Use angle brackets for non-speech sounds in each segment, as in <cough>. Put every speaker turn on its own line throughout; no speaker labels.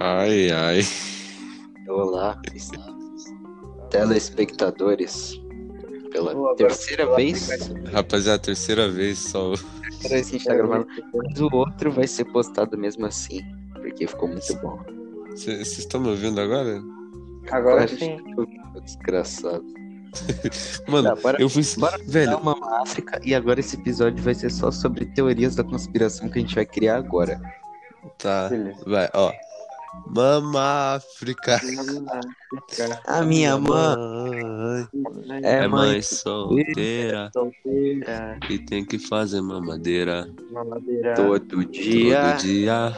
Ai, ai.
Olá, telespectadores. Pela
Boa,
terceira
agora-
vez, Tá
Rapaziada, terceira vez só.
terceira vez que a gente tá gravando, mas o outro vai ser postado mesmo assim, porque ficou muito bom.
Vocês estão me ouvindo agora?
Agora
Agora-
sim.
Desgraçado.
Mano,
Tá, bora-
eu fui.
bora
Velho,
Dá uma má África e agora esse episódio vai ser só sobre teorias da conspiração que a gente vai criar agora.
tá.
Beleza.
Vai, ó. Mama África.
A minha mãe
mãe
é,
é
mãe.
mãe solteira
É.
Solteira,
e tem que fazer mamadeira
mamadeira.
Todo dia.
todo dia.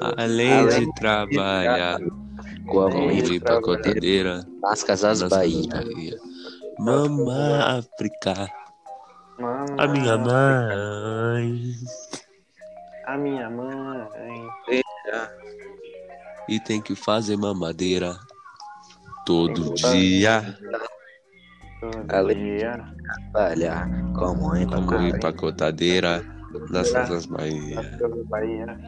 Além,
Além
de trabalhar,
Com a
trabalhar.
mãe
vamos
de
ir pra
trabalhar.
cotadeira.
nas casas
nas
Bahia.
Bahia. Mama África,
Mama-
a minha mãe.
A minha mãe.
E tem que fazer mamadeira todo
Todo
dia.
Todo
Ale-
dia.
Trabalhar com a mãe pra
Como
comer.
empacotadeira nas Casas Bahia.
Nas casas Bahia.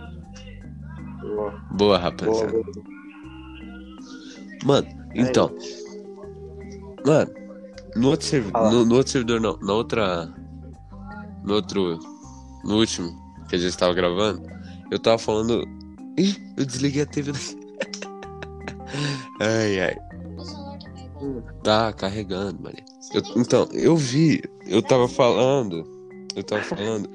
Boa,
Boa,
é.
boa, É
rapaziada.
boa.
Mano, então. Mano, no outro servidor.
Fala.
No, no outro servidor, não. Na outra. No outro. No último que a gente tava gravando, eu tava falando. Ih, eu desliguei a TV. <laughs> ai, ai. Tá carregando, mano. Eu- então, eu vi, eu tava falando, eu tava falando,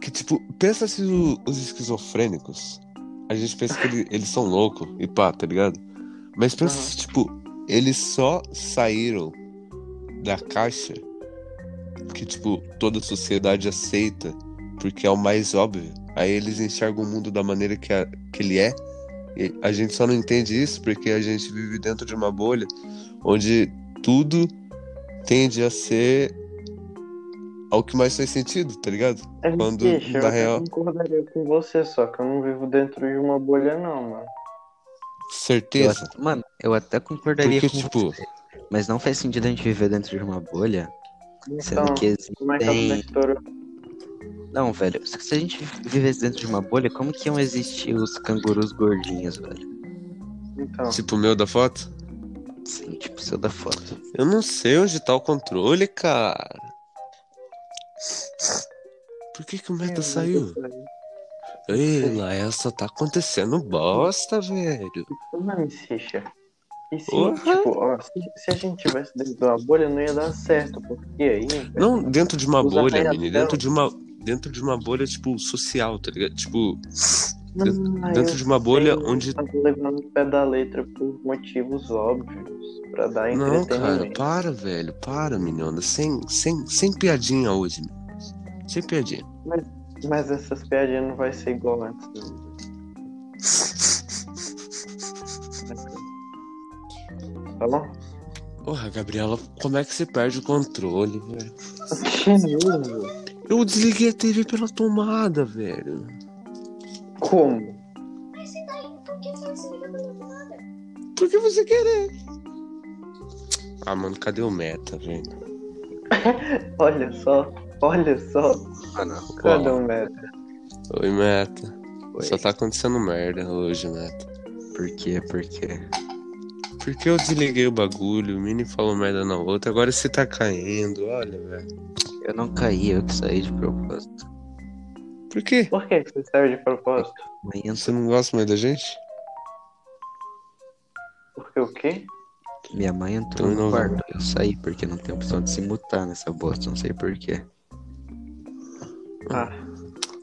que tipo, pensa se o- os esquizofrênicos, a gente pensa que ele- eles são loucos e pá, tá ligado? Mas pensa
Aham.
se, tipo, eles só saíram da caixa que, tipo, toda a sociedade aceita, porque é o mais óbvio. Aí eles enxergam o mundo da maneira que, a- que ele é. E a gente só não entende isso porque a gente vive dentro de uma bolha onde tudo tende a ser ao que mais faz sentido, tá ligado?
É, me
Quando,
deixa,
na
eu
real-
concordaria com você, só que eu não vivo dentro de uma bolha, não, mano.
Eu
Certeza.
até- mano, eu até concordaria
Porque,
com
tipo,
Mas não faz sentido a gente viver dentro de uma bolha, sendo
Então,
que existem...
como é que a professora
Não, velho, se se a gente vivesse dentro de uma bolha, como que iam existir os cangurus gordinhos, velho?
Então,
tipo o meu da foto?
Sim, tipo, seu da foto.
Eu não sei onde tá o controle, cara. Por que, que o
É,
meta saiu? Ei, Lael, só tá acontecendo bosta, velho.
Mano, Xixa. E se,
Porra.
tipo, ó, se, se a gente tivesse dentro de uma bolha, não ia dar certo, porque aí.
Não dentro de uma
Usa
bolha,
arranha-céu.
menino. Dentro de uma. Dentro de uma bolha, tipo, social, tá ligado? Tipo,
Não,
dentro
eu
de uma bolha
sei,
onde.
Tá levando o pé da letra por motivos óbvios, pra dar
Não, cara, tá.
entretenimento.
para, velho. Para, menina. Sem, sem, sem piadinha hoje, meninas. Sem piadinha.
Mas essas piadinhas não vai ser igual antes. não. Tá bom?
Porra, Gabriela, como é que você perde o controle, velho?
Chinelo?
Eu desliguei a TV pela tomada, velho.
Como?
Por que você querer? Ah, mano, cadê o meta, velho?
Olha só, olha só. um é.
Ah, não.
Cadê o merda?
Oi, meta.
Oi.
Só tá acontecendo merda hoje, meta.
Por quê? Por quê?
Por que eu desliguei o bagulho? O Mini falou merda na outra, agora você tá caindo, olha, velho.
Eu não caí, eu que saí de propósito.
Por quê?
Por que você saiu de propósito?
Amanhã
Você não gosta mais da gente?
Porque o quê?
Minha mãe entrou
Então, não-
no quarto, eu saí, porque não tem opção de se mutar nessa bosta, não sei porquê.
Hum.
Ah,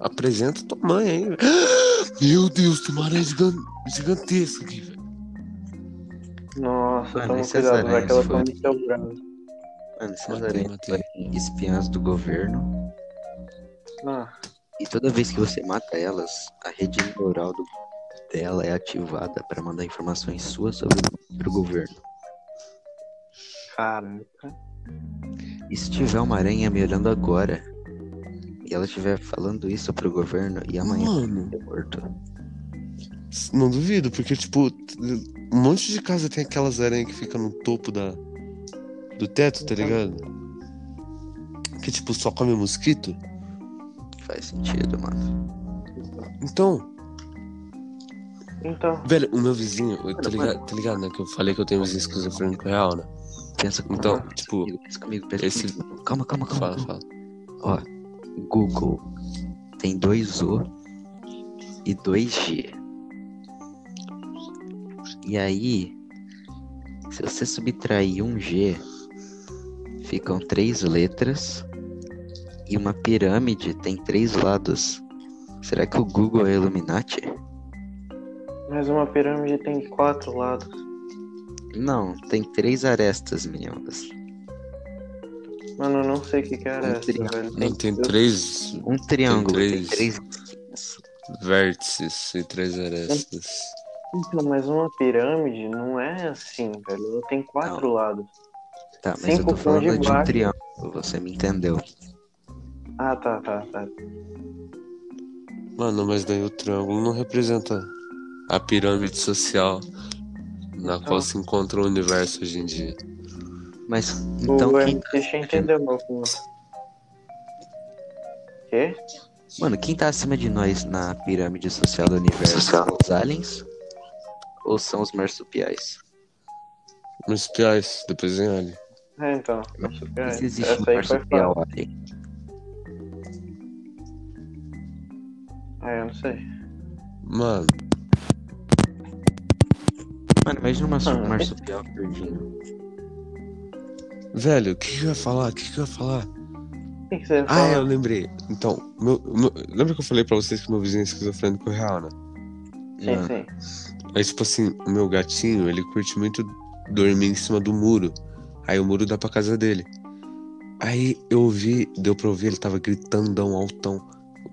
Apresenta tua mãe aí, velho. <gasps> Meu Deus, tem uma aranha gigan- gigantesca aqui, velho.
nossa,
Ah,
Mano,
toma
esses
cuidado,
né?
aranhas
vai que ela
foram-
come seu braço.
Mano, essas
Matei,
aranhas
matei.
são espiãs do governo,
Ah,
e toda vez que você mata elas, a rede neural do- dela é ativada para mandar informações suas sobre o governo.
caraca.
E se tiver uma aranha me olhando agora, e ela estiver falando isso pro governo, e amanhã
Mano,
eu tô morto.
não duvido, porque, tipo, t- um monte de casa tem aquelas aranhas que ficam no topo da, do teto, tá
Então.
ligado? Que, tipo, só come mosquito.
Faz sentido, mano.
Então,
Então,
Velho, o meu vizinho, eu- tá
Mano,
ligado, tá ligado, né? Que eu falei que eu tenho um vizinho esquizofrênico real, né?
Pensa comigo.
Então,
pensa
tipo,
comigo, pensa comigo, pensa
esse-
comigo. Calma, calma, calma.
Fala,
calma.
fala.
Ó, Google tem dois O e dois G. E aí, se você subtrair um G, ficam três letras e uma pirâmide tem três lados. Será que o Google é Illuminati?
mas uma pirâmide tem quatro lados.
Não, tem três arestas, meninas.
Mano, eu não sei o que, que era
Um
essa,
triângulo.
velho.
Não, tem
eu-
três
Um triângulo tem
três.
três esquinas.
vértices e três arestas.
Então, mas uma pirâmide não é assim, velho. Ela tem quatro lados.
Tá, mas eu
Cinco
tô falando
pontos
de
de
um
baixo.
triângulo, você me entendeu.
Ah, tá, tá, tá.
Mano, mas daí o triângulo não representa a pirâmide social na qual se encontra o universo hoje em dia.
Mas então
Então, o
quem
tá
MTX entendeu meu ponto. Quê?
Mano, quem tá acima de nós na pirâmide social do universo são os aliens ou são os marsupiais?
Mas piais, depois vem ali.
É, então.
E se existe
Essa
um
aí foi
marsupial alien?
Ah, eu não sei.
Mano,
Mano, imagina uma
Ah,
um marsupial gordinho.
velho, o que, que eu ia falar? O que, que eu ia falar?
O que, que você
Ah,
fala?
eu lembrei. Então, meu- meu- lembra que eu falei pra vocês que meu vizinho é esquizofrênico real, né?
Sim,
Não.
sim.
Aí, tipo assim, o meu gatinho, ele curte muito dormir em cima do muro. Aí o muro dá pra casa dele. Aí eu ouvi, deu pra ouvir, ele tava gritandão, altão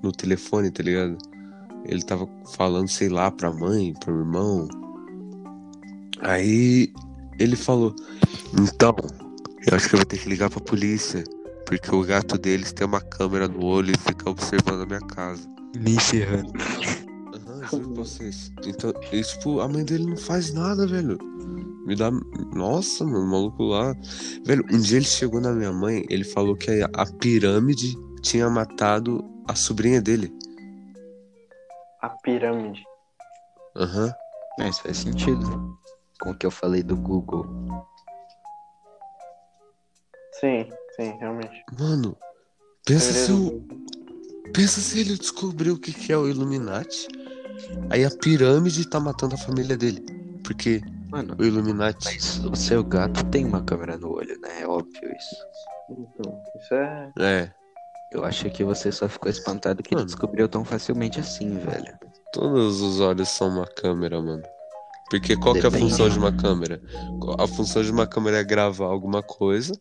no telefone, tá ligado? Ele tava falando, sei lá, pra mãe, pro irmão. Aí ele falou: Então, eu acho que eu vou ter que ligar pra polícia. Porque o gato deles tem uma câmera no olho e fica observando a minha casa.
Me ferrando.
Aham, eu juro pra vocês. Então, e, tipo, a mãe dele não faz nada, velho. Me dá. Nossa, mano, o maluco lá. Velho, um dia ele chegou na minha mãe, ele falou que a, a pirâmide tinha matado a sobrinha dele.
A pirâmide.
Aham.
Mas É, faz sentido. Com o que eu falei do Google.
Sim, sim, realmente.
Mano, pensa se, o,
Beleza.
pensa se ele descobriu o que, que é o Illuminati. Aí a pirâmide tá matando a família dele. Porque
Mano,
o Illuminati.
mas o seu gato tem uma câmera no olho, né? É óbvio isso.
Então, isso é.
É,
Eu acho que você só ficou espantado que ele
Mano.
descobriu tão facilmente assim, velho.
Todos os olhos são uma câmera, mano. Porque qual que é a
Depende.
função de uma câmera? A função de uma câmera é gravar alguma coisa,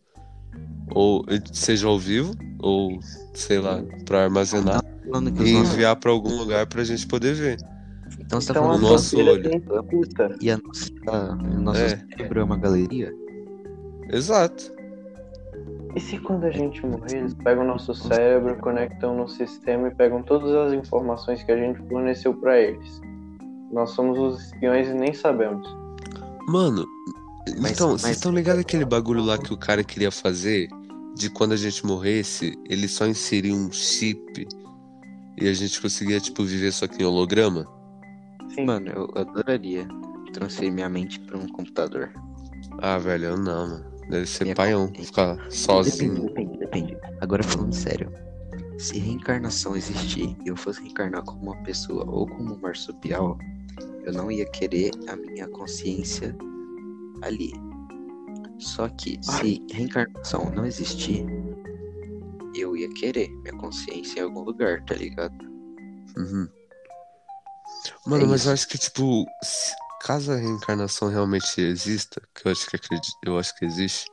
ou seja ao vivo, ou sei lá, pra armazenar
Falando que os
e
nossos-
enviar pra algum lugar pra gente poder ver.
Então você tá
Então a
falando
no
sua
nosso
filha
olho.
tem puta.
e a nossa, o nosso
É.
cérebro é uma galeria?
Exato.
E se quando a gente morrer, eles pegam o nosso cérebro, conectam no sistema e pegam todas as informações que a gente forneceu pra eles? Nós somos os espiões e nem sabemos.
Mano,
Mas-
então,
mas-
vocês estão ligados aquele bagulho lá que o cara queria fazer? De quando a gente morresse, ele só inseria um chip e a gente conseguia, tipo, viver só que em holograma?
Sim.
Mano, eu adoraria transferir minha mente pra um computador.
Ah, velho, eu não, mano. Deve ser
Minha
paião
consciência.
ficar sozinho.
Depende, depende, depende. Agora falando sério. Se reencarnação existir e eu fosse reencarnar como uma pessoa ou como um marsupial, eu não ia querer a minha consciência ali. Só que se reencarnação não existir, eu ia querer minha consciência em algum lugar, tá ligado?
Uhum. Mano,
É
mas
isso.
eu acho que, tipo, se- caso a reencarnação realmente exista, que eu acho que acredito, eu acho que existe,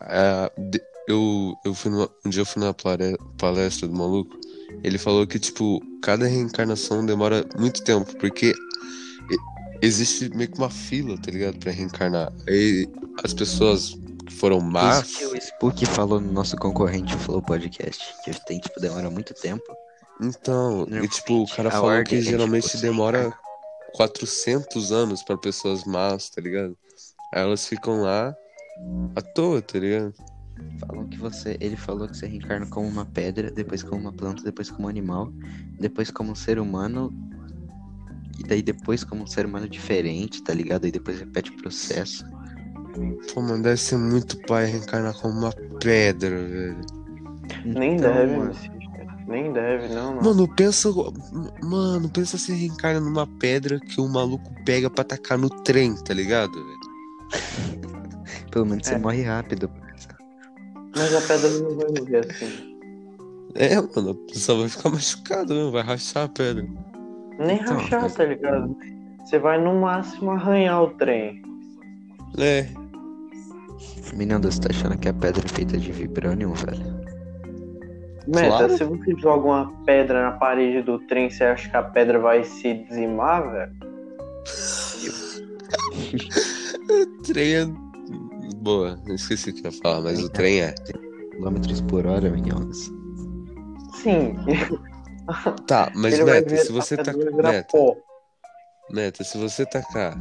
ah, de- eu, eu fui numa- um dia eu fui numa plare- palestra do maluco, ele falou que, tipo, cada reencarnação demora muito tempo, porque e- existe meio que uma fila, tá ligado? Pra reencarnar. E as pessoas que foram más.
Isso que o Spook falou no nosso concorrente Flow Podcast, que tem, tipo, demora muito tempo.
Então, e tipo, o
Normalmente,
cara
a
falou
ordem
que
é, tipo,
geralmente
você
demora
reencarna.
400 anos pra pessoas más, tá ligado? Aí elas ficam lá à toa, tá ligado?
Falam que você. Ele falou que você reencarna como uma pedra, depois como uma planta, depois como um animal, depois como um ser humano E daí depois, como um ser humano diferente, tá ligado? Aí depois repete o processo.
Pô, mano, deve ser muito pai reencarnar como uma pedra, velho.
Nem
Então,
deve,
mano,
MC, cara. Nem deve, não, mano.
Mano, pensa. Mano, pensa se reencarna numa pedra que o maluco pega pra tacar no trem, tá ligado, velho?
Pelo menos você
É.
morre rápido.
Mas a pedra não vai morrer assim.
É, mano, a pessoa vai ficar machucada mesmo, vai rachar a pedra.
Nem
Então,
rachar,
mas-
tá ligado? Você vai no máximo arranhar o trem.
É,
Fernando, você tá achando que a pedra é feita de vibranium, velho?
Meta,
Claro.
se você joga uma pedra na parede do trem, você acha que a pedra vai se dizimar, velho?
trem é. Boa, eu esqueci o que eu ia falar, mas o trem é.
Quilômetros por hora, minhões.
Sim.
Tá, mas
Ele vai
Meta,
vir-
se você tá
a pedra
tacar.
vai virar
Meta,
pó.
Meta, se você tacar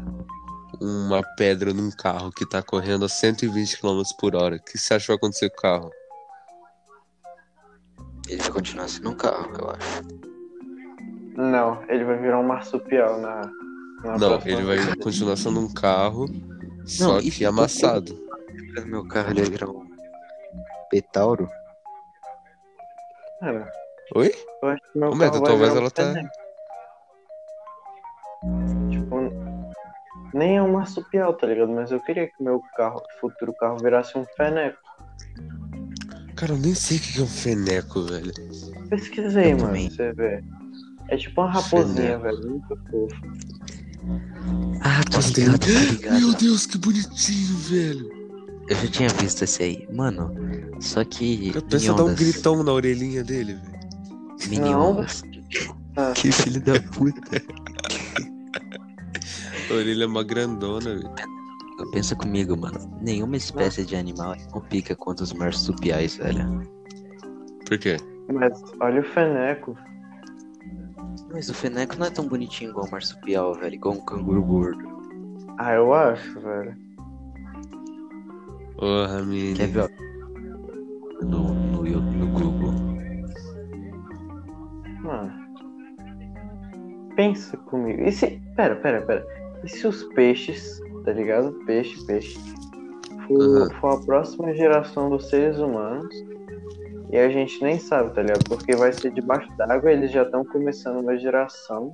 uma pedra num carro que tá correndo a 120 km por hora, o que você acha que vai acontecer com o carro?
Ele vai continuar sendo um carro, eu acho.
Não, ele vai virar um marsupial na. na
Não,
próxima
ele vai continuar sendo um carro, só
e
que
se-
amassado.
No meu carro ele vai virar um petauro.
Cara,
Oi?
eu acho que meu
Ô, Meta,
carro
tua
vai
voz
virar um
ela tá.
Sedan. Tipo, nem é um marsupial, tá ligado? Mas eu queria que meu carro, futuro carro, virasse um feneco.
Cara, eu nem sei o que que é um feneco, velho.
Tá
Pesquisei,
Eu
mano,
também.
pra você ver. É tipo uma raposinha,
Feneco.
velho. Muito fofo.
Ah, tô
Nossa,
ligado,
tem- um-
tô ligado.
Meu Deus, que bonitinho, velho.
Eu já tinha visto esse aí. Mano, só que.
A pessoa dá um
minhongas,
gritão na orelhinha dele, velho.
minhongas.
Ah,
Que filho da puta.
A orelha é uma grandona, velho.
Pensa comigo, mano. Nenhuma espécie de animal é tão pica quanto os marsupiais, velho.
Por quê?
mas olha o feneco.
Mas o feneco não é tão bonitinho igual o marsupial, velho. Igual um canguru gordo.
Ah, eu acho, velho.
Ô, Ramiro.
Quer ver, ó? No, no, Yo- no Google.
Mano. Pensa comigo. E se. Pera, pera, pera. E se os peixes, tá ligado? Peixe, peixe. For,
Aham.
for a próxima geração dos seres humanos. E a gente nem sabe, tá ligado? Porque vai ser debaixo d'água, eles já estão começando uma geração.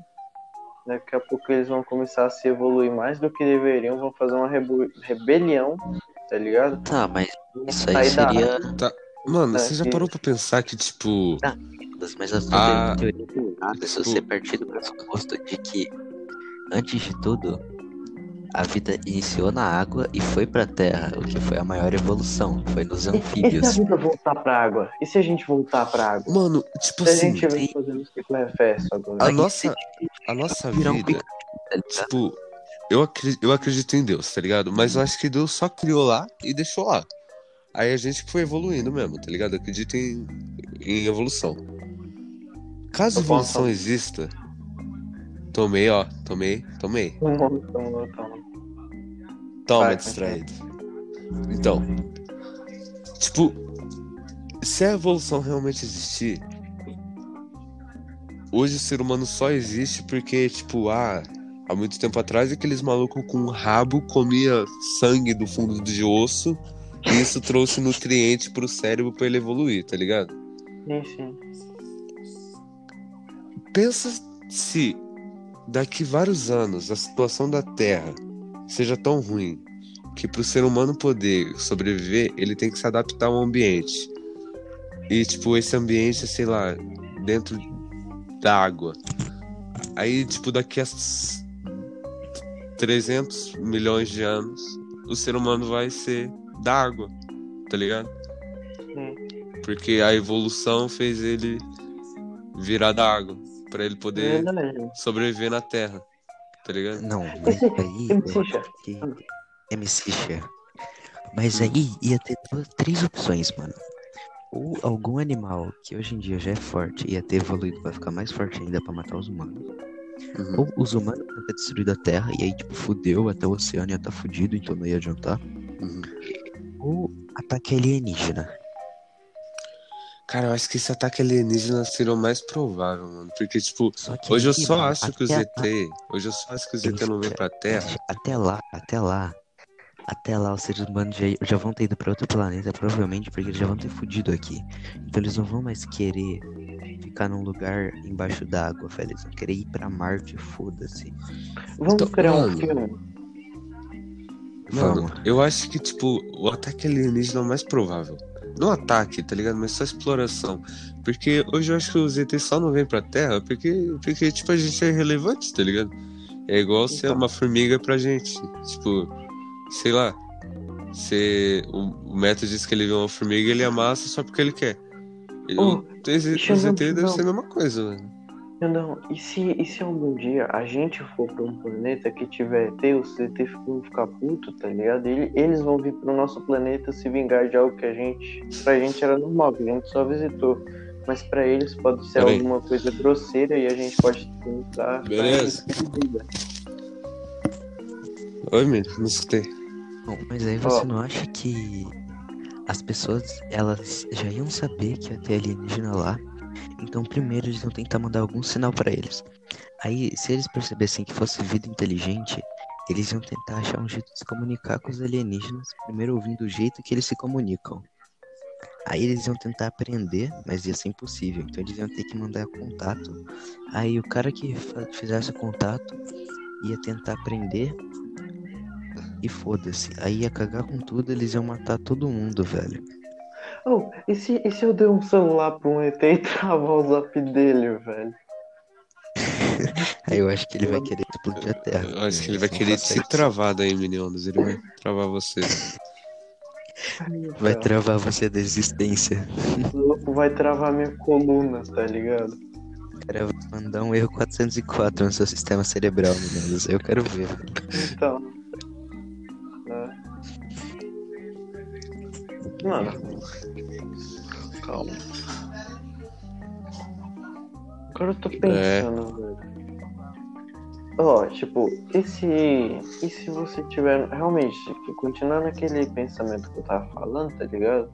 né? Daqui a pouco eles vão começar a se evoluir mais do que deveriam, vão fazer uma rebu- rebelião, tá ligado?
Tá, mas isso aí
Sair da
seria.
Mano,
É,
você já
que-
parou pra pensar que, tipo.
Mas a
Ah,
tua teoria não é nada se
tipo-
você partir do pressuposto de que, antes de tudo, a vida iniciou na água e foi pra terra, o que foi a maior evolução, foi nos
E, e se
anfíbios.
a vida voltar pra água? E se a gente voltar pra água?
Mano, tipo
Se a
assim,
gente vem
tem-
fazendo ciclo reverso agora.
a
Aí
nossa,
você-
a nossa
virar um
vida.
tá ligado?
Tipo, eu acredito, eu acredito em Deus, tá ligado? Mas eu acho que Deus só criou lá e deixou lá. Aí a gente que foi evoluindo mesmo, tá ligado? Eu acredito em, em evolução. Caso
Então,
Eu posso-
evolução exista. Tomei, ó. Tomei, tomei.
Toma, toma, toma.
Toma,
Vai,
distraído. Então. Tipo, se a evolução realmente existir. Hoje o ser humano só existe porque, tipo, ah, há muito tempo atrás aqueles malucos com um rabo comia sangue do fundo de osso e isso trouxe nutriente pro cérebro pra ele evoluir, tá ligado?
Sim, sim.
Pensa se daqui vários anos a situação da Terra seja tão ruim que para o ser humano poder sobreviver, ele tem que se adaptar ao ambiente. E tipo, esse ambiente, é, sei lá, dentro da água. Aí, tipo, daqui a s- 300 milhões de anos, o ser humano vai ser da água, tá ligado?
sim.
Porque a evolução fez ele virar da água, para ele
Hum.
poder
Verdade.
sobreviver na Terra. Tá ligado?
Não, mas aí.
MC
eu
Xer.
acho que- MC Xer. Mas aí ia ter duas, três opções, mano. Ou algum animal que hoje em dia já é forte ia ter evoluído pra ficar mais forte ainda pra matar os humanos.
Uhum.
Ou os humanos iam ter destruído a Terra e aí, tipo, fudeu, até o oceano ia estar fudido, então não ia adiantar.
Uhum.
Ou ataque alienígena.
Cara, eu acho que esse ataque alienígena seria o mais provável, mano. Porque, tipo,
Só que
hoje eu
aqui,
só
mano,
acho que os
até
ET. Hoje eu só acho que os
Eles-
ET não vêm pra Terra.
Até lá, até lá. Até lá, os seres humanos já, já vão ter ido pra outro planeta, provavelmente, porque eles já vão ter fudido aqui. Então eles não vão mais querer ficar num lugar embaixo d'água, velho. Eles vão querer ir pra Marte, foda-se.
Vamos
Então,
criar
mano.
um filme.
Mano,
Vamos.
eu acho que, tipo, o ataque alienígena é o mais provável. Não ataque, tá ligado? Mas só exploração. Porque hoje eu acho que os ET só não vêm pra Terra porque, porque tipo, a gente é irrelevante, tá ligado? É igual ser
Então.
uma formiga pra gente. Tipo, sei lá. Se o, o método diz que ele vê uma formiga, ele amassa só porque ele quer. Eu,
Oh,
esse-
deixa eu
os
ver um
ET devem
filão.
ser a mesma coisa, mano.
Não, e se, e se algum dia a gente for pra um planeta que tiver ET, os ET vão ficar puto, tá ligado? Ele- eles vão vir pro nosso planeta se vingar de algo que a gente. Pra gente era normal, que a gente só visitou. Mas pra eles pode ser
Peraí.
alguma coisa grosseira e a gente pode tentar.
Beleza. Oi, menino, não escutei.
Bom, mas aí você não acha que as pessoas, elas já iam saber que ia ter alienígena lá. Então primeiro eles vão tentar mandar algum sinal pra eles. Aí, se eles percebessem que fosse vida inteligente, eles iam tentar achar um jeito de se comunicar com os alienígenas, primeiro ouvindo o jeito que eles se comunicam. Aí eles iam tentar aprender, mas ia ser impossível. Então eles iam ter que mandar contato. Aí o cara que fa- fizesse o contato ia tentar aprender e foda-se. Aí ia cagar com tudo, eles iam matar todo mundo, velho.
Oh, e se, e se eu der um celular pra um ET e <laughs> travar o zap dele, velho?
Aí eu acho que ele vai querer explodir a terra.
Eu acho que ele vai
Não
querer
faça
se
isso.
travar daí, meninos. Ele vai travar você.
Vai travar você da existência.
louco vai travar minha coluna, tá ligado?
O cara vai mandar um erro 404 no seu sistema cerebral, meninos. Eu quero ver. velho.
Então. né? Mano. Calma. Agora eu tô pensando, velho. Ó, tipo, e se. E se você tiver. Realmente, tipo, continuar naquele pensamento que eu tava falando, tá ligado?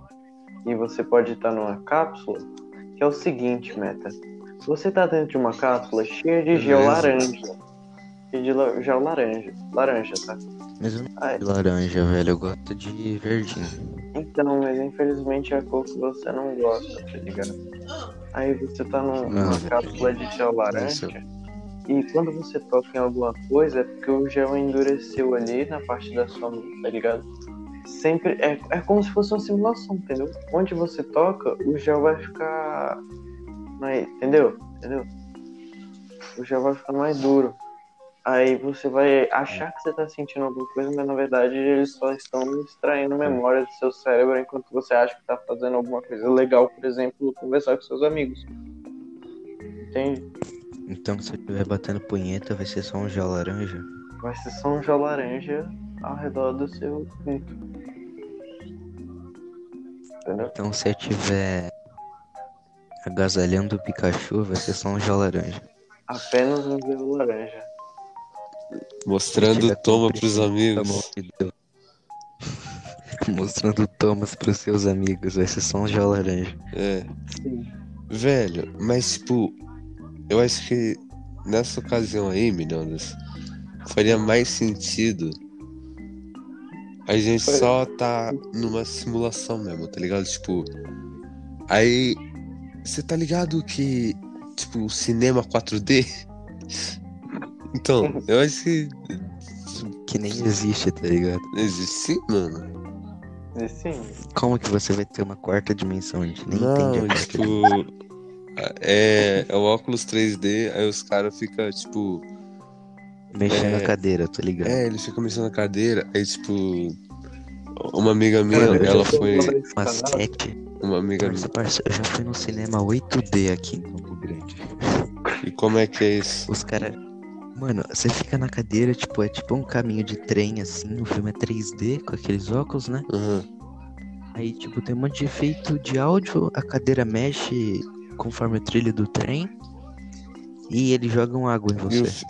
E você pode estar numa cápsula, que é o seguinte, meta. Você tá dentro de uma cápsula cheia de gel
Beleza.
laranja. E de la- gel laranja. Laranja, tá?
Mas eu não
Ai,
gosto de laranja, velho. Eu gosto de verdinho.
então, mas infelizmente é a cor que você não gosta, tá ligado? Aí você tá num-
Não,
numa
velho.
cápsula de gel laranja. E quando você toca em alguma coisa, é porque o gel endureceu ali na parte da sua mão, tá ligado? Sempre. É, é como se fosse uma simulação, entendeu? Onde você toca, o gel vai ficar. Mais, entendeu? Entendeu? O gel vai ficar mais duro. Aí você vai achar que você tá sentindo alguma coisa, mas na verdade eles só estão extraindo memória do seu cérebro enquanto você acha que tá fazendo alguma coisa legal, por exemplo, conversar com seus amigos. Entende?
Então, se eu estiver batendo punheta, vai ser só um gel laranja?
Vai ser só um gel laranja ao redor do seu pinto. Entendeu?
Então, se eu estiver agasalhando o Pikachu, vai ser só um gel laranja.
Apenas um gel laranja.
Mostrando
Ele
o
fica
toma
sempre
pros
Pelo
amigos.
amor de Tá Deus. <laughs> Mostrando Thomas pros seus amigos, vai ser só um gel laranja.
É.
Sim.
Velho, mas tipo, eu acho que nessa ocasião aí, meninas, faria mais sentido a gente
Faria.
só tá numa simulação mesmo, tá ligado? Tipo, aí você tá ligado que tipo o cinema 4D? <laughs> Então, eu acho que
Que nem existe, tá ligado?
existe sim, mano.
E sim,
Como que você vai ter uma quarta dimensão? A gente nem
Não,
entende a quarta dimensão.
tipo. É, é o óculos 3D, aí os caras ficam, tipo.
Mexendo
é-
a cadeira, tá ligado?
É, eles ficam mexendo na cadeira, aí, tipo. Uma amiga minha,
Cara, eu já
ela
tô
foi.
falando desse
Uma
tá
canal.
sete.
Uma amiga minha.
Parça, parça, eu já fui no cinema 8D aqui em Campo Grande.
E como é que é isso?
Os caras. Mano, você fica na cadeira, tipo, é tipo um caminho de trem, assim. O filme é 3D com aqueles óculos, né?
Aham.
Aí, tipo, tem um monte de efeito de áudio, a cadeira mexe conforme o trilho do trem. E eles jogam água em
E o
você.
fi-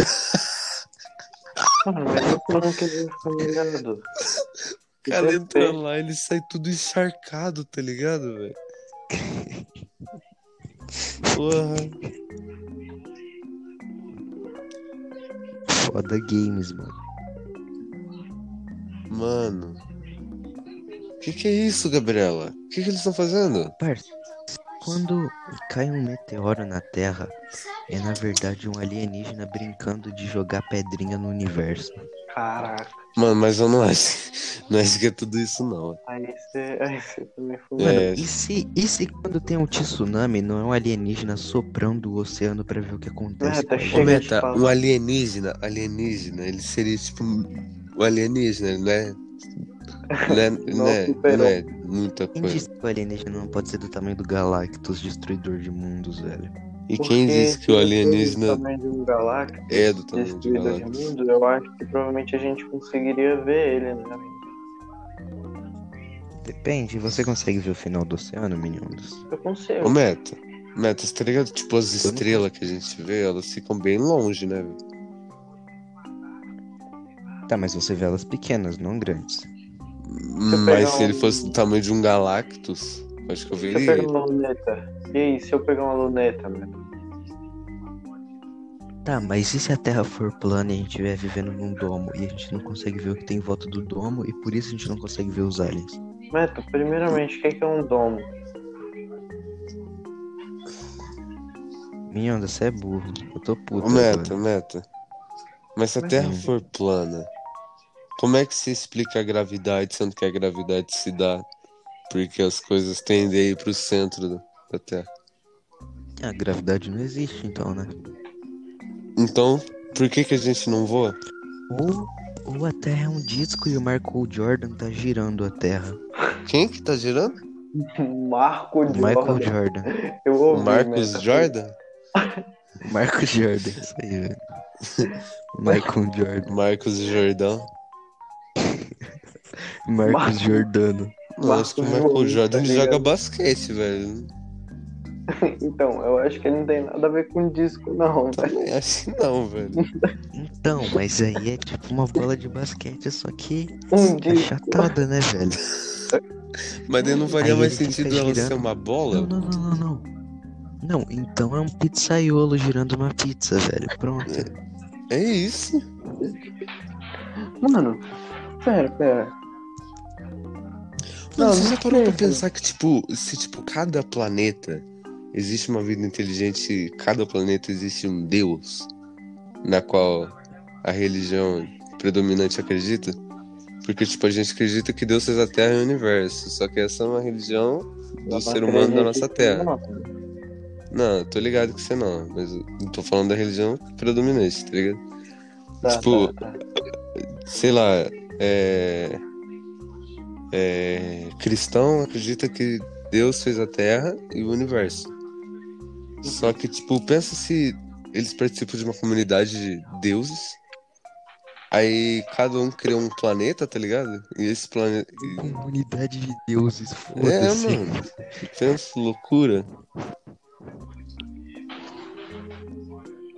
Mano, mas eu falando que é um eu vou ficar ligado. é
cara entra lá, ele sai tudo encharcado, tá ligado, velho? Porra.
Foda games, mano.
Mano. Que que é isso, Gabriela? O que que eles estão fazendo?
Parça, quando cai um meteoro na Terra, é na verdade um alienígena brincando de jogar pedrinha no universo.
Caraca,
Mano, mas eu não acho. <laughs> Não acho que é tudo isso, não.
aí você, aí você também foi.
É,
E se, e se quando tem um tsunami, não é um alienígena soprando o oceano pra ver o que acontece?
É, tá
com
Ô,
chegando.
ele?
Chega de
Meta,
falar.
um alienígena, alienígena, ele seria tipo um um alienígena,
<laughs>
né? Né, né, não é muita
Quem
coisa.
disse que o alienígena não pode ser do tamanho do Galactus, destruidor de mundos, velho?
E quem disse que o
O
alienígena
tamanho de um galáctico
é do tamanho de
destruída de
galáxia?
mundo, eu acho que provavelmente a gente conseguiria ver ele, né?
Depende, você consegue ver o final do oceano, meninos?
Eu consigo.
Ô, Meta, Meta, você tá ligado? Tipo, as estrelas que a gente vê, elas ficam bem longe, né? velho?
Tá, mas você vê elas pequenas, não grandes.
Mas
pegar
se ele
um-
fosse do tamanho de um Galactus, acho que eu
Se eu
veria
pegar
ele.
uma luneta. E aí, se eu pegar uma luneta, mano?
Tá, mas e se a Terra for plana e a gente estiver vivendo num domo e a gente não consegue ver o que tem em volta do domo e por isso a gente não consegue ver os aliens?
Meta, primeiramente, o que é que é um domo?
Minha onda, você é burro. Eu tô puto.
Ô, Meta, Meta. Mas se a
Mas-
é.
Terra for plana, como é que se explica a gravidade, sendo que a gravidade se dá porque as coisas tendem a ir pro centro da- da Terra?
agora. É, A gravidade não existe, então, né?
Então, por que que a gente não voa?
Ou, ou a Terra é um disco e o Michael Jordan tá girando a Terra.
Quem que tá girando?
<laughs> Marco de
Michael
Um Jordan.
Jordan.
Eu
O
ouvi,
Um
né?
Marcos
Meta.
Jordan?
Michael Jordan, isso aí, velho. Michael Jordan.
Marcos Jordão.
Marcos
Marcos.
Jordano.
Não, acho que o
Marcos
Michael
Jordão,
Jordan
tá
ele
ligado?
joga basquete, velho.
<laughs> Então, eu acho que não tem nada a ver com disco, não. né? <laughs> velho.
Também acho que não, velho.
Então, mas aí é tipo uma bola de basquete, só que
Um disco.
achatada, né, velho?
Mas daí não faria
Aí
mais
ele fica
sentido ela
girando.
ser uma
Não,
bola?
não, não, não, não. Não, então é um pizzaiolo girando uma pizza, velho. Pronto.
É isso.
<laughs> Mano, pera, pera.
Não,
Não,
você
não
já parou pra
sei,
pensar que, tipo, se, tipo, cada planeta existe uma vida inteligente, cada planeta existe um deus na qual a religião predominante acredita? Porque, tipo, a gente acredita que Deus fez a Terra e o universo, só que essa é uma religião do
Eu
ser
não
humano da
acredito
nossa
que
Terra.
é não. tá,
Não, eu tô ligado que você não, mas eu tô falando da religião predominante, tá ligado?
Tá,
Tipo,
tá, tá.
sei lá, é, é, cristão acredita que Deus fez a Terra e o universo.
Uhum.
Só que, tipo, pensa se eles participam de uma comunidade de deuses, aí cada um cria um planeta, tá ligado? E esse planeta.
Comunidade de deuses,
É,
foda-se.
mano. Pensa, loucura.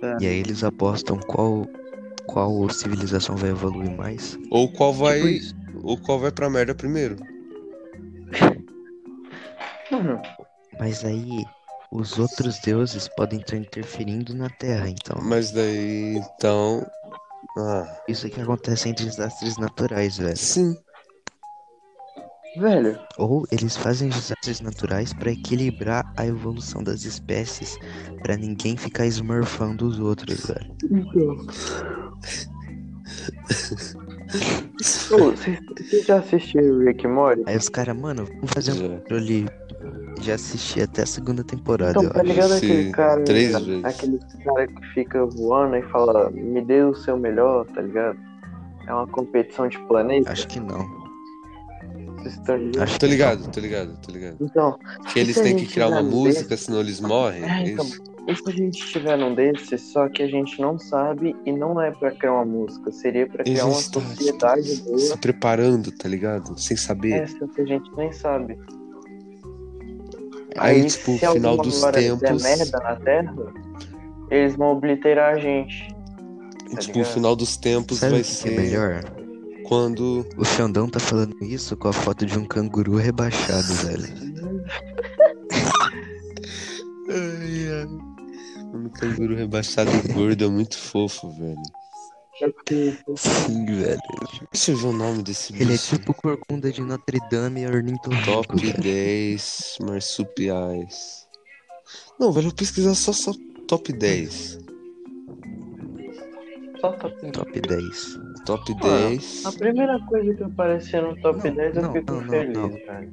tá.
e aí eles apostam qual qual civilização vai evoluir mais.
Ou qual vai.
Tipo isso.
ou qual vai pra merda primeiro.
Mano,
Mas aí os outros deuses podem estar interferindo na Terra, então.
Mas daí, então. Ah, é
Isso é que acontece em desastres naturais, velho.
sim.
velho,
Ou eles fazem desastres naturais pra equilibrar a evolução das espécies, pra ninguém ficar esmorfando os outros, velho.
Então. Ô, Vocês vocês já assistiram Rick and Morty?
Aí os caras, mano, vamos fazer um
Já.
controle. Já assisti até a segunda temporada,
Então,
eu
tá
acho.
ligado
Esse
aquele cara. né?
três vezes.
Aquele cara que fica voando e fala, me dê o seu melhor, tá ligado? É uma competição de planeta.
Acho que não.
Vocês estão ligados?
Acho
Tô
que é
ligado, tô ligado, tô ligado.
Então,
Que eles
se a
têm que
gente
criar uma
fizer um
música, senão eles morrem.
É,
É
então.
isso?
e se a gente tiver num desses, só que a gente não sabe e não é pra criar uma música, seria pra
Eles
criar uma
estão-
sociedade
Se
boa.
preparando, tá ligado? Sem saber.
Essa que a gente nem sabe.
Aí, tipo,
se
final
alguma
dos
hora der
tempos.
merda tá na Terra, eles vão obliterar a
e,
gente. tá
tipo, o
ligado?
final dos tempos
Sabe
vai
o que que
ser
é melhor?
quando.
O Xandão tá falando isso com a foto de um canguru rebaixado, velho.
canguru rebaixado gordo é muito fofo, velho.
Sim, velho.
Deixa eu ver o nome desse bicho.
Ele é tipo o corcunda de Notre Dame e ornitorrinco.
Top 10 marsupiais. Não, velho, eu vou pesquisar só, só top 10.
Só
tá
top
Top 10.
Top
Ah,
10.
A primeira coisa que aparecer no top
Não,
10 eu
não,
fico
não, não,
feliz,
não.
cara.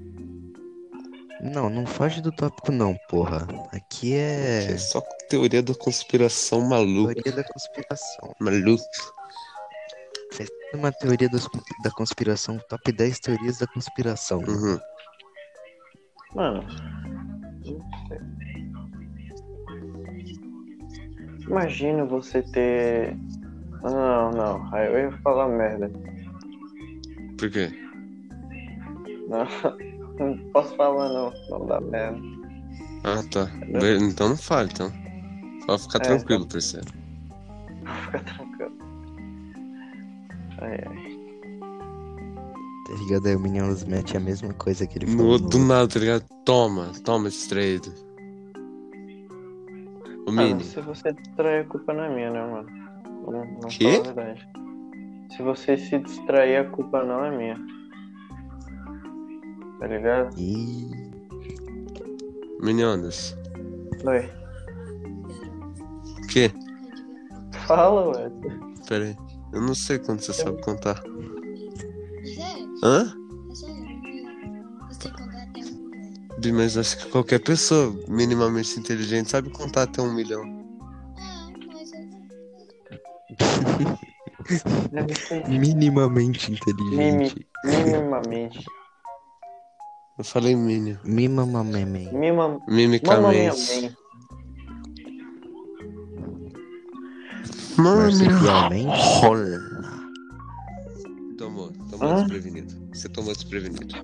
Não, não foge do tópico não, porra. Aqui
É
é
só teoria da conspiração maluca.
teoria da conspiração.
Maluco.
Uma teoria das- da conspiração, top 10 teorias da conspiração.
Uhum.
Mano. Imagina você ter. Não, não. Aí eu ia falar merda.
Por quê?
Não, <laughs> não posso falar não. Não dá merda.
Ah, tá. Be- Então não fale, então. Só ficar
É,
tranquilo, parceiro.
Fica tranquilo. Ai, ai.
Tá ligado? Aí o Minions mete a mesma coisa que ele
No,
falou.
do nada, tá ligado? Toma, toma esse trade. Ô,
Ah,
Mini,
se você distrair, a culpa não é minha, né, mano? Não, não
Quê?
fala a verdade. Se você se distrair, a culpa não é minha. Tá ligado?
Ih,
Minionas.
Oi. <laughs>
O quê?
Fala, ué.
Pera aí. Eu não sei quando você sabe contar.
Sério?
Hã?
É sério? Você contar até um milhão.
Bi, Mas acho que qualquer pessoa minimamente inteligente sabe contar até um milhão.
Ah, mas eu não
Deve ser
minimamente inteligente.
minimamente.
Eu falei mínimo.
Mimamameme.
Mima...
Mimicamente.
Mamãe,
Marsupialmente.
Rola. Tomou, tomou
Hã?
desprevenido. Você tomou desprevenido.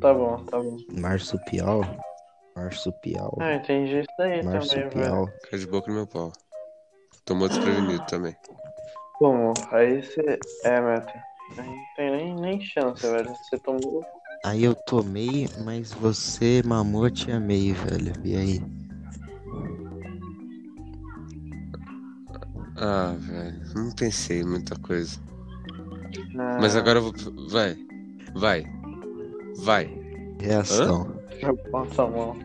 Tá bom, tá bom.
Marsupial. Marsupial.
Ah, entendi isso daí também, velho.
Marsupial.
Cai de boca no meu pau. Tomou desprevenido também.
Bom, aí você. É, Meta. Aí não tem nem, nem chance, velho. Você tomou.
Aí eu tomei, mas você mamou, eu te amei, velho. E aí?
Ah, velho. Não pensei em muita coisa.
na-
Mas agora eu vou. Vai. Vai. Vai.
Reação.
Eu passo a mão.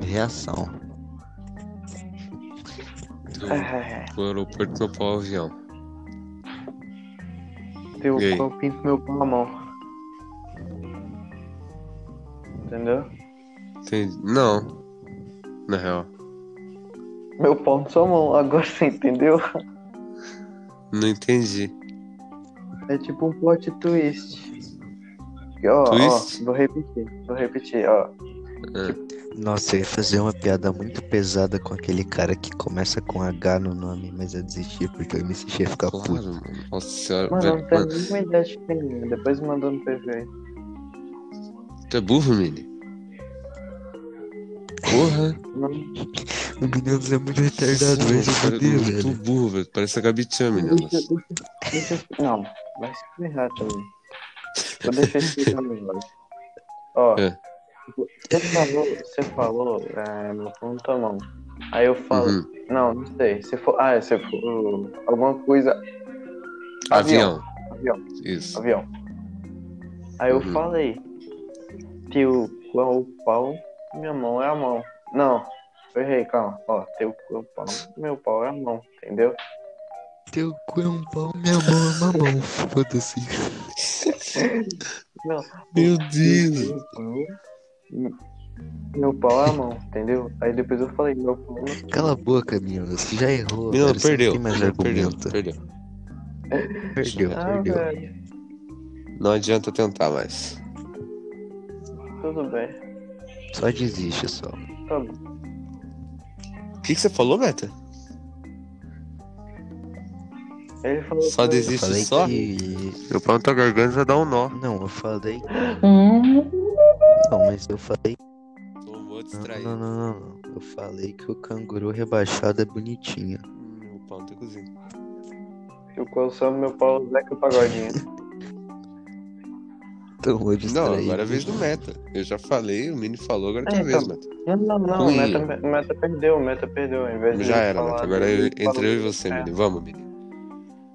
Reação.
Do
Ah,
do aeroporto meu pau ao avião.
Teu
E aí?
eu pinto meu pau na mão. Entendeu?
Entendi. Não. Na real.
Meu pau na sua mão, agora você entendeu?
Não entendi.
É tipo um plot twist. Ó,
Twist?
ó, vou repetir, vou repetir, ó.
Nossa, eu ia fazer uma piada muito pesada com aquele cara que começa com H no nome, mas eu desisti porque eu me sentia ficar
Claro,
puto.
mano. Nossa senhora.
Mano, eu
velho,
não tenho a
mano,
mínima ideia de quem é. Depois me mandou no PV aí.
tu é burro, Mini? Porra.
Não,
O Minions é muito retardado, vai se
Cara,
fuder,
Muito
velho.
burro, velho. Parece a Gabi Tchan, meninas.
deixa- não, vai se ferrar também. Vou deixar explicar melhor. Ó,
É.
você falou, você falou, é, meu pau na tua mão. Aí eu falo,
Uhum.
não, não sei. Você for, ah, você for, alguma coisa.
Avião.
Avião.
Isso.
avião. Aí eu
Uhum.
falei, teu cu é o pau, minha mão é a mão. Não, eu errei, calma. Ó, teu cu é o pau, meu pau é a mão, entendeu?
Teu cu é um pau, minha mão é uma mão. Foda-se.
Não,
Meu Deus.
meu pau- Meu pau é a mão, entendeu? Aí depois eu falei, meu pau é a
Cala a boca, Minions. Você já errou.
Não,
velho. Você
perdeu.
Não tem mais
Não, perdeu,
argumento.
perdeu.
Perdeu,
mão. Ah,
perdeu.
velho,
Não adianta tentar mais.
tudo bem.
Só desiste, só.
Tá bom.
O que, que você falou, Meta?
Ele falou.
Só
pra mim,
desiste. Isso
falei
só?
que...
Meu pau na tua garganta vai dar um nó.
Não, eu falei...
"Hum,
Não, mas eu falei...
Tomou
Não,
distraído.
não, não, não, não. Eu falei que o canguru rebaixado é bonitinho.
Hum, Meu pau na tua cozinha.
Eu consumo meu pau, Zeca Pagodinho.
Então, vou
Não,
distrair.
agora é a vez do Meta. Eu já falei, o Mini falou, agora é
É,
tua vez,
então.
Meta.
Não, não, não. O
Ui.
meta, o meta perdeu, o meta perdeu. Ao invés de
Já
ele
era,
falar,
Meta. Agora eu-
ele
entre eu e você,
É.
Mini. Vamos, Mini.
falou,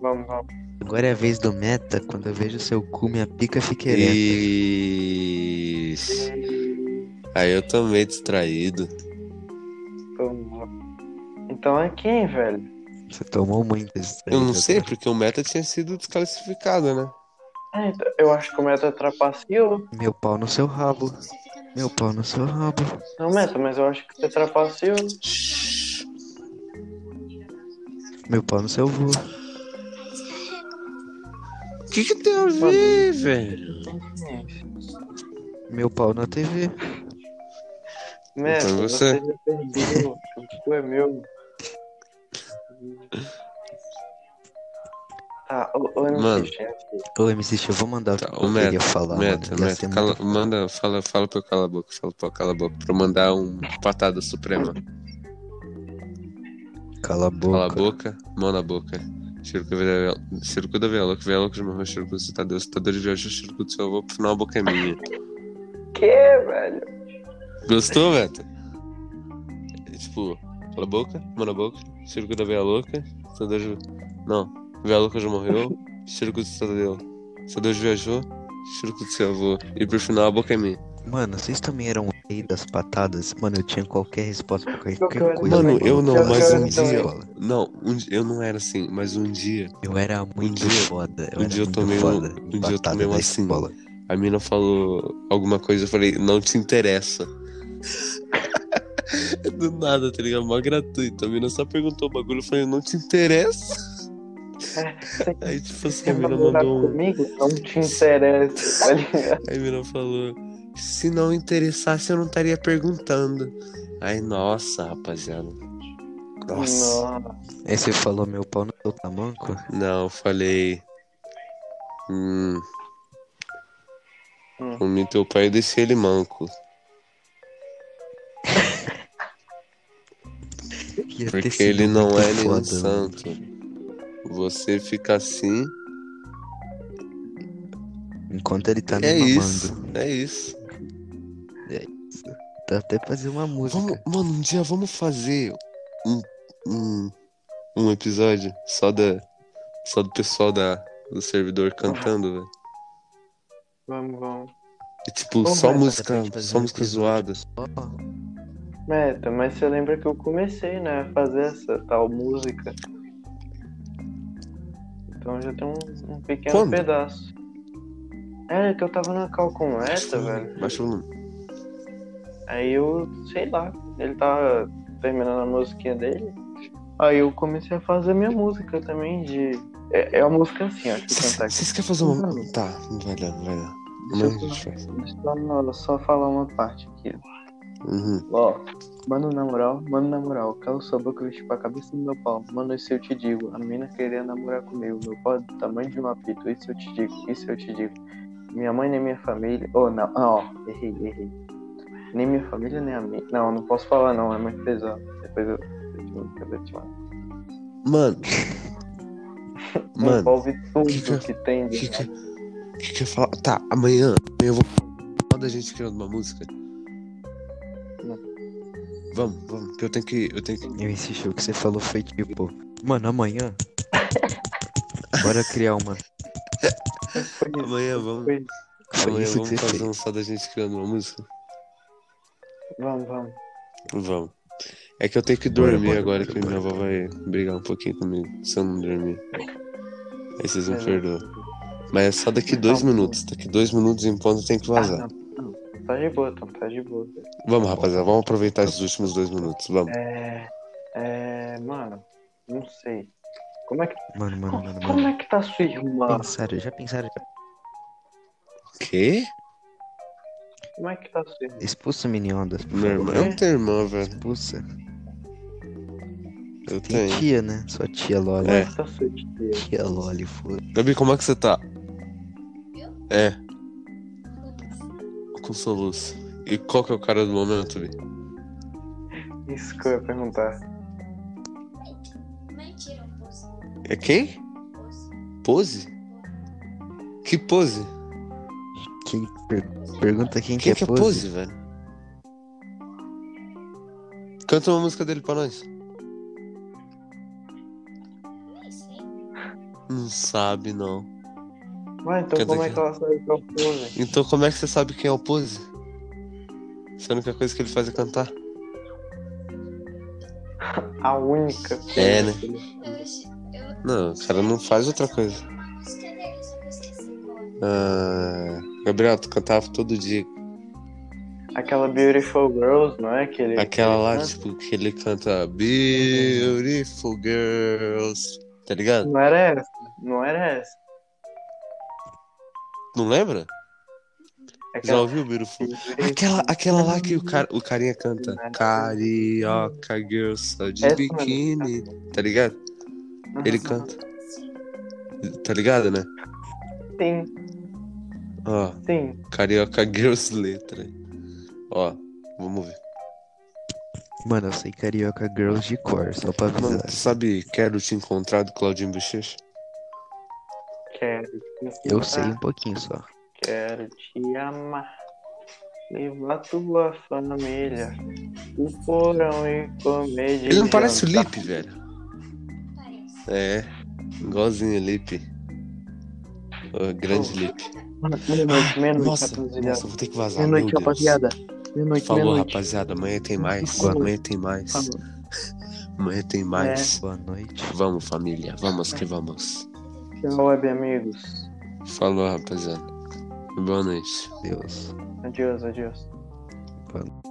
Vamos, vamos.
Agora é a vez do meta. Quando eu vejo seu cu, minha pica fica ereta.
Isso. Aí eu também distraído.
vamos, vamos. Então é quem, velho?
Você tomou muito esse
Eu não sei, porque o Meta tinha sido desclassificado, né?
Ah, então, eu acho que o meta trapaceou.
Meu pau no seu rabo.
Você fica mexendo.
Meu pau no seu rabo.
Não, meta, mas eu acho que você trapaceou.
Meu pau no seu vô.
O que, que tem a ver, velho?
Meu pau na TV.
Meta,
Então é você.
você já perdeu. O cu é meu. Tá, o, o MC
Mano.
Chefe.
Ô, MC, eu vou mandar o que
Tá,
eu
ô, Meta,
queria falar.
Meta,
mano. Já
Meta,
sei
cala-
muito.
manda, fala, fala pra eu calar a boca, fala pra eu calar a boca, pra eu mandar um patada suprema.
Cala a
Cala a
boca.
boca, mão na boca. Chirucu da vela, louco, vela louco de mamãe, chirucu do citadeu, citadeu tá de viagem, chirucu do seu avô, por final a boca é minha.
Que, velho?
Gostou, Beto? É, tipo, cala a boca, mão na boca, chirucu da vela louca, citadeu de... Não, vela louca já morreu, chirucu do citadeu, citadeu de viajou, chirucu do seu avô, e por final a boca é minha.
Mano, vocês também eram o rei das patadas? Mano, eu tinha qualquer resposta pra
Eu
qualquer
quero-
coisa.
Mano,
na
eu não,
escola.
mas um
Na
dia-
escola.
Não, um di- eu não era assim, mas um dia
Eu era muito
dia-
foda. Eu
um
era
dia eu
muito
tomei um-
foda.
um
em
dia eu
batalha
tomei uma
da
assim.
escola.
a mina falou alguma coisa, eu falei, não te interessa. <laughs> Do nada, tá ligado? Mó gratuito. A mina só perguntou o bagulho, eu falei, não te interessa? Aí, tipo assim,
Você
a mina
mandou
mandou um...
comigo? Não te interessa, tá ligado?
Aí a mina falou, se não interessasse, eu não estaria perguntando. Aí, nossa, rapaziada. Nossa.
Nossa.
Aí você falou meu pau no seu tamanco?
Não, eu falei... Hum,
Hum.
comi teu pai e deixei ele manco.
Ia ter
Porque
sido
ele não
muito
é nenhum
foda, né? mano.
santo. Você fica assim.
Enquanto ele tá me
é
mamando.
isso. É isso.
Dá até pra fazer uma música.
Vamos, mano, um dia vamos fazer um, um, um episódio só, da, só do pessoal da, do servidor cantando, velho.
Vamos, vamos.
E tipo,
Vamos,
só
vai,
música,
dá pra gente fazer
só
um
música
episódio.
zoada.
Ó,
Meta, mas você lembra que eu comecei, né, a fazer essa tal música. Então já tem um, um pequeno
Quando?
pedaço. É, que eu tava na cal com
tá
Meta, velho.
Baixa o volume.
Aí eu, sei lá, ele tava terminando a musiquinha dele. Aí eu comecei a fazer minha música também de... É, é uma música assim, ó, deixa eu cantar aqui.
Vocês querem fazer uma.
Não.
Tá, não vai dar, não vai dar.
Deixa eu
Amanhã a gente faz.
Só, só falar uma parte aqui.
Uhum.
Ó, mano, na moral, mano, na moral, cala sua boca e chupa a cabeça do meu pau. Mano, isso eu te digo, a mina queria namorar comigo, meu pau é do tamanho de um apito, isso eu te digo, isso eu te digo. Minha mãe nem minha família, oh, não, ah, ó, errei, errei. Nem minha família, nem a minha, não, não posso falar não, é muito pesado. Depois eu, eu te- eu vou te mandar.
<laughs>
Mano. Mano.
Envolve tudo
que que-
que, tem
que que,
de
que que eu ia falar? Tá, amanhã, amanhã eu vou falar da gente criando uma música.
Não.
Vamos, vamos, que eu tenho que. Eu tenho que.
Eu insisti, o que você falou foi tipo, mano, amanhã.
<laughs>
Bora criar uma.
foi isso,
Amanhã vamos.
foi isso.
Foi
Amanhã
isso
vamos
que você
fazer
fez.
um só da gente criando uma música?
Vamos, vamos.
Vamos. É que eu tenho que
Bora,
dormir
bora,
agora
bora,
que minha
bora.
avó vai brigar um pouquinho comigo se eu não dormir. Aí vocês me
Beleza.
perdoam. Mas é só daqui dois
Não.
minutos. Daqui dois minutos em ponto eu tenho que
Ah,
vazar.
não, não, tá de boa, Tom, tá de boa. velho.
Vamos, rapaziada, vamos aproveitar esses últimos dois minutos. Vamos.
É, é, mano, não sei. Como é que,
Mano, mano, mano,
como
mano.
é que tá sua irmã?
Pensaram, já pensaram,
Quê?
Como é que tá sua irmã?
expulsa o Miniondas, por
Minha irmã.
favor.
Eu não tenho irmã, é um velho.
Expulsa.
Eu
Tem
tenho.
tia, né? Sua tia Loli.
É.
Como é que tá sua tia?
Tia Loli, foda.
Gabi, como é que você tá?
Eu?
É, com soluço. E qual que é o cara do momento, Bi?
Isso que eu ia perguntar.
Mentira, um pose.
É quem?
Pose.
Pose? Que pose?
Quem per- pergunta quem
Quem
quer
que é
pose?
pose, velho? Canta uma música dele pra nós.
Nem sei.
Não sabe, não.
Ué, então
Quer
como
dizer
é que ela sabe que é o pose?
Então como é que você sabe quem é o pose? Se a única coisa que ele faz é cantar.
A única. que
É, né?
Eu, eu, eu,
Não, o cara não faz outra coisa.
uma música dele, só que eu esqueci qual.
Ah, Gabriel, tu cantava todo dia.
Aquela Beautiful Girls, não é? Que ele,
Aquela lá,
né?
tipo, que ele canta Beautiful Girls. Tá ligado?
Não era essa. Não era essa.
Não lembra? Já
Aquela...
ouviu Beautiful? Aquela, aquela lá que o, cara, o carinha canta. Carioca Girl, só de
Essa mesmo.
biquíni. Tá ligado? Ele canta.
Sim.
Tá ligado, né?
Sim,
Ó,
sim.
Carioca Girls letra. Ó, vamos ver.
Mano, eu sei Carioca Girls de cor, só pra
Mano,
avisar.
tu sabe Quero Te Encontrar do Claudinho Bochecha?
Quero te
Eu
encontrar,
sei um pouquinho só.
Quero te amar. Levar tua família. O porão e comer de
Ele não parece o
jantar.
Lipe, velho.
Parece.
É, igualzinho o Lipe. O grande Lipe.
Meia-noite, meia-noite,
Ah, Nossa,
rapaziada.
nossa, tá vou ter que vazar, meu
Meia-noite, rapaziada.
Deus.
Meia-noite,
Falou,
meia-noite.
rapaziada, amanhã tem mais.
Falou.
Amanhã tem mais.
Falou.
Amanhã tem mais.
Boa noite.
Vamos, família. Vamos que vamos.
Tchau, web amigos.
Falou, rapaziada. Boa noite.
Deus.
Adeus, adeus.
Boa noite.